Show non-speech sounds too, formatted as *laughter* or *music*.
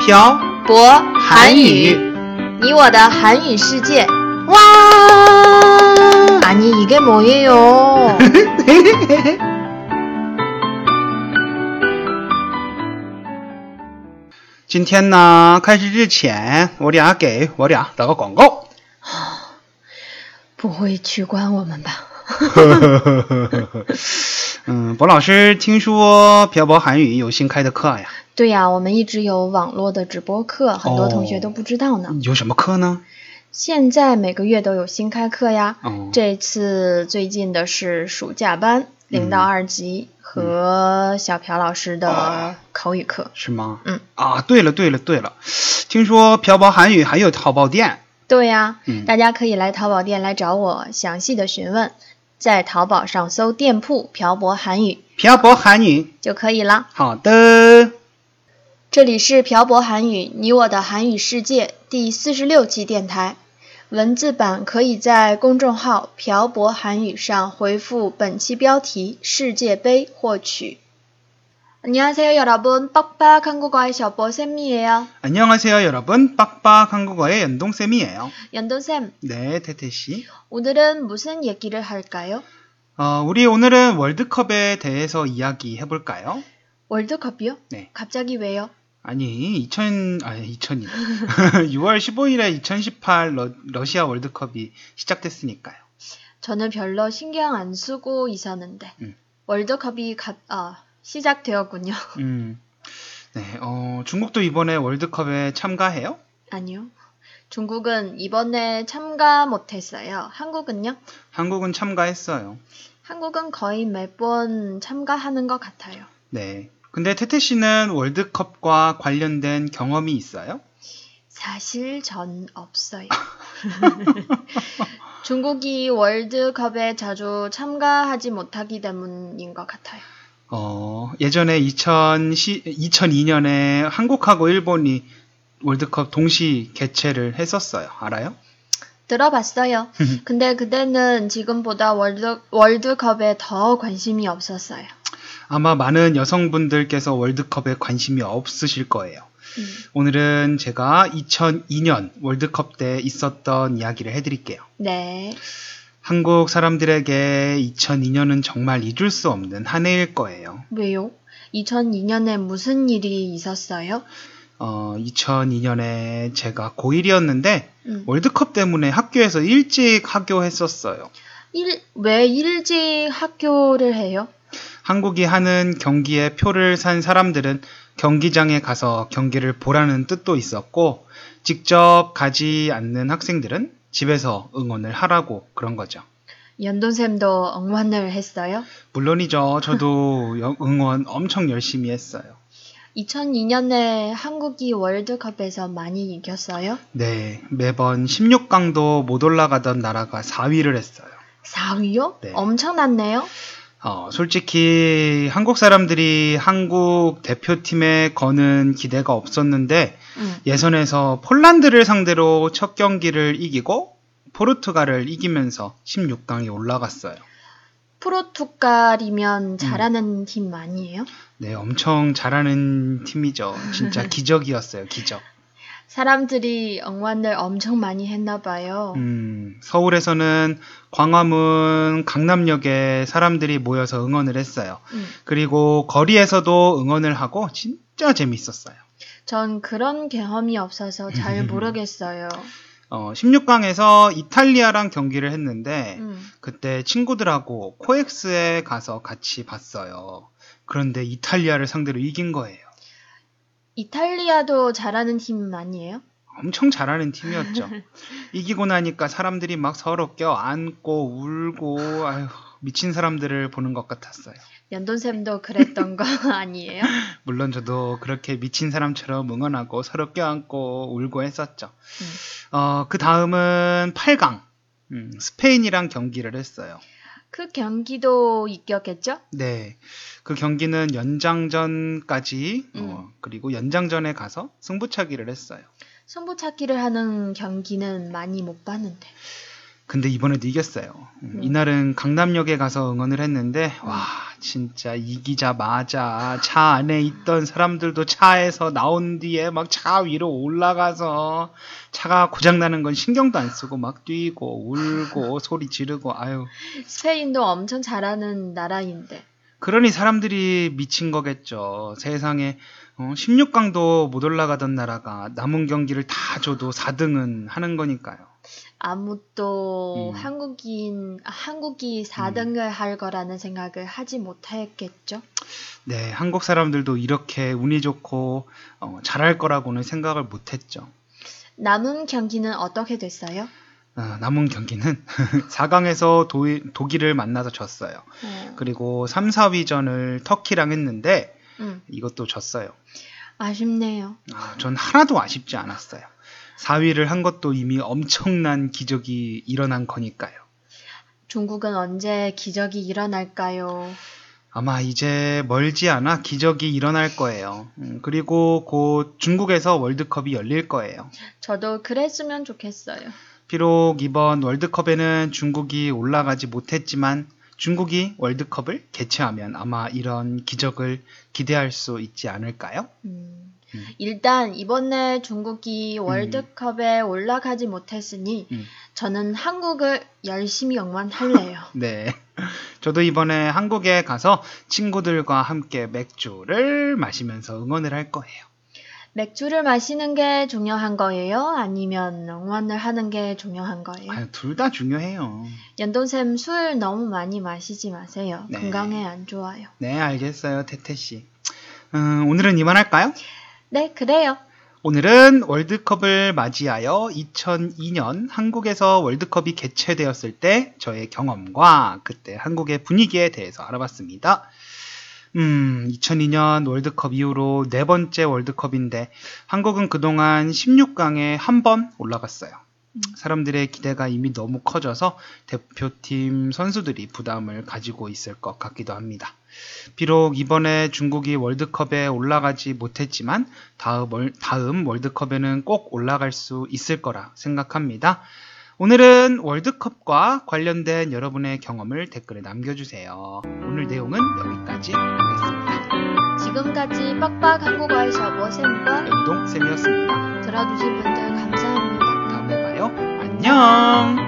漂泊韩韩语语，你我的韩语世界。啊哇！ 아니 *laughs* 이게 뭐예요? 今天呢，开始之前，我俩给我俩打个广 *laughs* 告。不会取关我们吧？嗯，博老师听说漂泊韩语有新开的课呀，对呀、我们一直有网络的直播课，很多同学都不知道呢。哦有什么课呢？现在每个月都有新开课呀。哦，这次最近的是暑假班零到嗯二级和小朴老师的啊口语课。是吗？嗯啊，对了对了对了，听说漂泊韩语还有淘宝店，对呀、嗯大家可以来淘宝店来找我详细的询问，在淘宝上搜店铺“漂泊韩语漂泊韩语。”就可以啦。好的，这里是漂泊韩语，你我的韩语世界第四十六期电台。文字版可以在公众号“漂泊韩语”上回复本期标题“世界杯”获取。안녕하세요여러분빡빡한국어의셔보쌤이에요 안녕하세요 여러분. 빡빡 한국어의 연동 쌤이에요. 연돈 쌤, 네, 태태 씨. 오늘은 무슨 얘기를 할까요? 어, 우리 오늘은 월드컵에 대해서 이야기해 볼까요? 월드컵이요? 네. 갑자기 왜요? 아니, 2000, 아, 2000이래. *laughs* 6월 15일에 2018 러, 러시아 월드컵이 시작됐으니까요. 저는 별로 신경 안 쓰고 있었는데 음. 월드컵이 가, 아, 시작되었군요. *laughs* 음. 네, 어, 중국도 이번에 월드컵에 참가해요? 아니요. 중국은 이번에 참가 못했어요. 한국은요? 한국은 참가했어요. 한국은 거의 매번 참가하는 것 같아요. 네. 근데 태태 씨는 월드컵과 관련된 경험이 있어요? 사실 전 없어요. *laughs* 중국이 월드컵에 자주 참가하지 못하기 때문인 것 같아요. 어, 예전에 2002년에 한국하고 일본이 월드컵 동시 개최를 했었어요. 알아요? *laughs* 들어봤어요. 근데 그때는 지금보다 월드, 월드컵에 더 관심이 없었어요. 아마 많은 여성분들께서 월드컵에 관심이 없으실 거예요. 음. 오늘은 제가 2002년 월드컵 때 있었던 이야기를 해드릴게요. 네. 한국 사람들에게 2002년은 정말 잊을 수 없는 한 해일 거예요. 왜요? 2002년에 무슨 일이 있었어요? 어, 2002년에 제가 고1이었는데 음. 월드컵 때문에 학교에서 일찍 하교했었어요. 일, 왜 일찍 학교를 해요? 한국이 하는 경기에 표를 산 사람들은 경기장에 가서 경기를 보라는 뜻도 있었고, 직접 가지 않는 학생들은 집에서 응원을 하라고 그런 거죠. 연돈쌤도 응원을 했어요? 물론이죠. 저도 여- 응원 엄청 열심히 했어요. 2002년에 한국이 월드컵에서 많이 이겼어요? 네. 매번 16강도 못 올라가던 나라가 4위를 했어요. 4위요? 네. 엄청났네요? 어, 솔직히 한국 사람들이 한국 대표팀에 거는 기대가 없었는데, 응. 예선에서 폴란드를 상대로 첫 경기를 이기고 포르투갈을 이기면서 16강에 올라갔어요. 음. 포르투갈이면 잘하는 팀 아니에요? 네, 엄청 잘하는 팀이죠. 진짜 기적이었어요, 기적. 사람들이 응원을 엄청 많이 했나봐요. 음, 서울에서는 광화문 강남역에 사람들이 모여서 응원을 했어요. 음. 그리고 거리에서도 응원을 하고 진짜 재밌었어요. 전 그런 경험이 없어서 *laughs* 잘 모르겠어요. 어, 16강에서 이탈리아랑 경기를 했는데 음. 그때 친구들하고 코엑스에 가서 같이 봤어요. 그런데 이탈리아를 상대로 이긴 거예요. 이탈리아도 잘하는 팀 아니에요? 엄청 잘하는 팀이었죠. 이기고 나니까 사람들이 막 서로 껴안고 울고 아휴, 미친 사람들을 보는 것 같았어요. 연돈쌤도 그랬던 거 *laughs* 아니에요? 물론 저도 그렇게 미친 사람처럼 응원하고 서로 껴안고 울고 했었죠. 음. 어, 그 다음은 8강. 음, 스페인이랑 경기를 했어요. 그 경기도 이겼겠죠? 네. 그 경기는 연장전까지, 어, 그리고 연장전에 가서 승부차기를 했어요. 승부찾기를 하는 경기는 많이 못 봤는데. 근데 이번에도 이겼어요. 음, 이날은 강남역에 가서 응원을 했는데 와 진짜 이기자마자 차 안에 있던 사람들도 차에서 나온 뒤에 막 차 위로 올라가서 차가 고장 나는 건 신경도 안 쓰고 막 뛰고 울고 소리 지르고 아유 스페인도 엄청 잘하는 나라인데. 그러니 사람들이 미친 거겠죠. 세상에 16강도 못 올라가던 나라가 남은 경기를 다 줘도 4등은 하는 거니까요. 아무도 음. 한국인, 아, 한국이 4등을 할 거라는 생각을 하지 못했겠죠? 네, 한국 사람들도 이렇게 운이 좋고 어, 잘할 거라고는 생각을 못했죠. 남은 경기는 어떻게 됐어요? 아, 남은 경기는 *laughs* 4강에서 도, 길을 만나서 졌어요. 어, 그리고 3, 4위전을 터키랑 했는데 음, 이것도 졌어요. 아쉽네요. 아, 전 하나도 아쉽지 않았어요. 4위를 한 것도 이미 엄청난 기적이 일어난 거니까요. 중국은 언제 기적이 일어날까요? 아마 이제 멀지 않아 기적이 일어날 거예요. 음, 그리고 곧 중국에서 월드컵이 열릴 거예요. 저도 그랬으면 좋겠어요. 비록 이번 월드컵에는 중국이 올라가지 못했지만 중국이 월드컵을 개최하면 아마 이런 기적을 기대할 수 있지 않을까요? 음, 음. 일단 이번에 중국이 월드컵에 올라가지 못했으니 음. 저는 한국을 *laughs* 열심히 응원할래요. 네. 저도 이번에 한국에 가서 친구들과 함께 맥주를 마시면서 응원을 할 거예요. 맥주를 마시는 게 중요한 거예요? 아니면 응원을 하는 게 중요한 거예요? 둘 다 중요해요. 연돈쌤 술 너무 많이 마시지 마세요. 네. 건강에 안 좋아요. 네, 알겠어요, 태태 씨. 음, 오늘은 이만할까요? 네, 그래요. 오늘은 월드컵을 맞이하여 2002년 한국에서 월드컵이 개최되었을 때 저의 경험과 그때 한국의 분위기에 대해서 알아봤습니다. 음, 2002년 월드컵 이후로 네 번째 월드컵인데 한국은 그동안 16강에 한 번 올라갔어요. 사람들의 기대가 이미 너무 커져서 대표팀 선수들이 부담을 가지고 있을 것 같기도 합니다. 비록 이번에 중국이 월드컵에 올라가지 못했지만 다음, 월- 다음 월드컵에는 꼭 올라갈 수 있을 거라 생각합니다. 오늘은 월드컵과 관련된 여러분의 경험을 댓글에 남겨주세요. 오늘 내용은 여기까지 하겠습니다. 지금까지 빡빡 한국어의 샤버쌤과 연동쌤이었습니다. 들어주신 분들 감사합니다. 다음에 봐요. 안녕!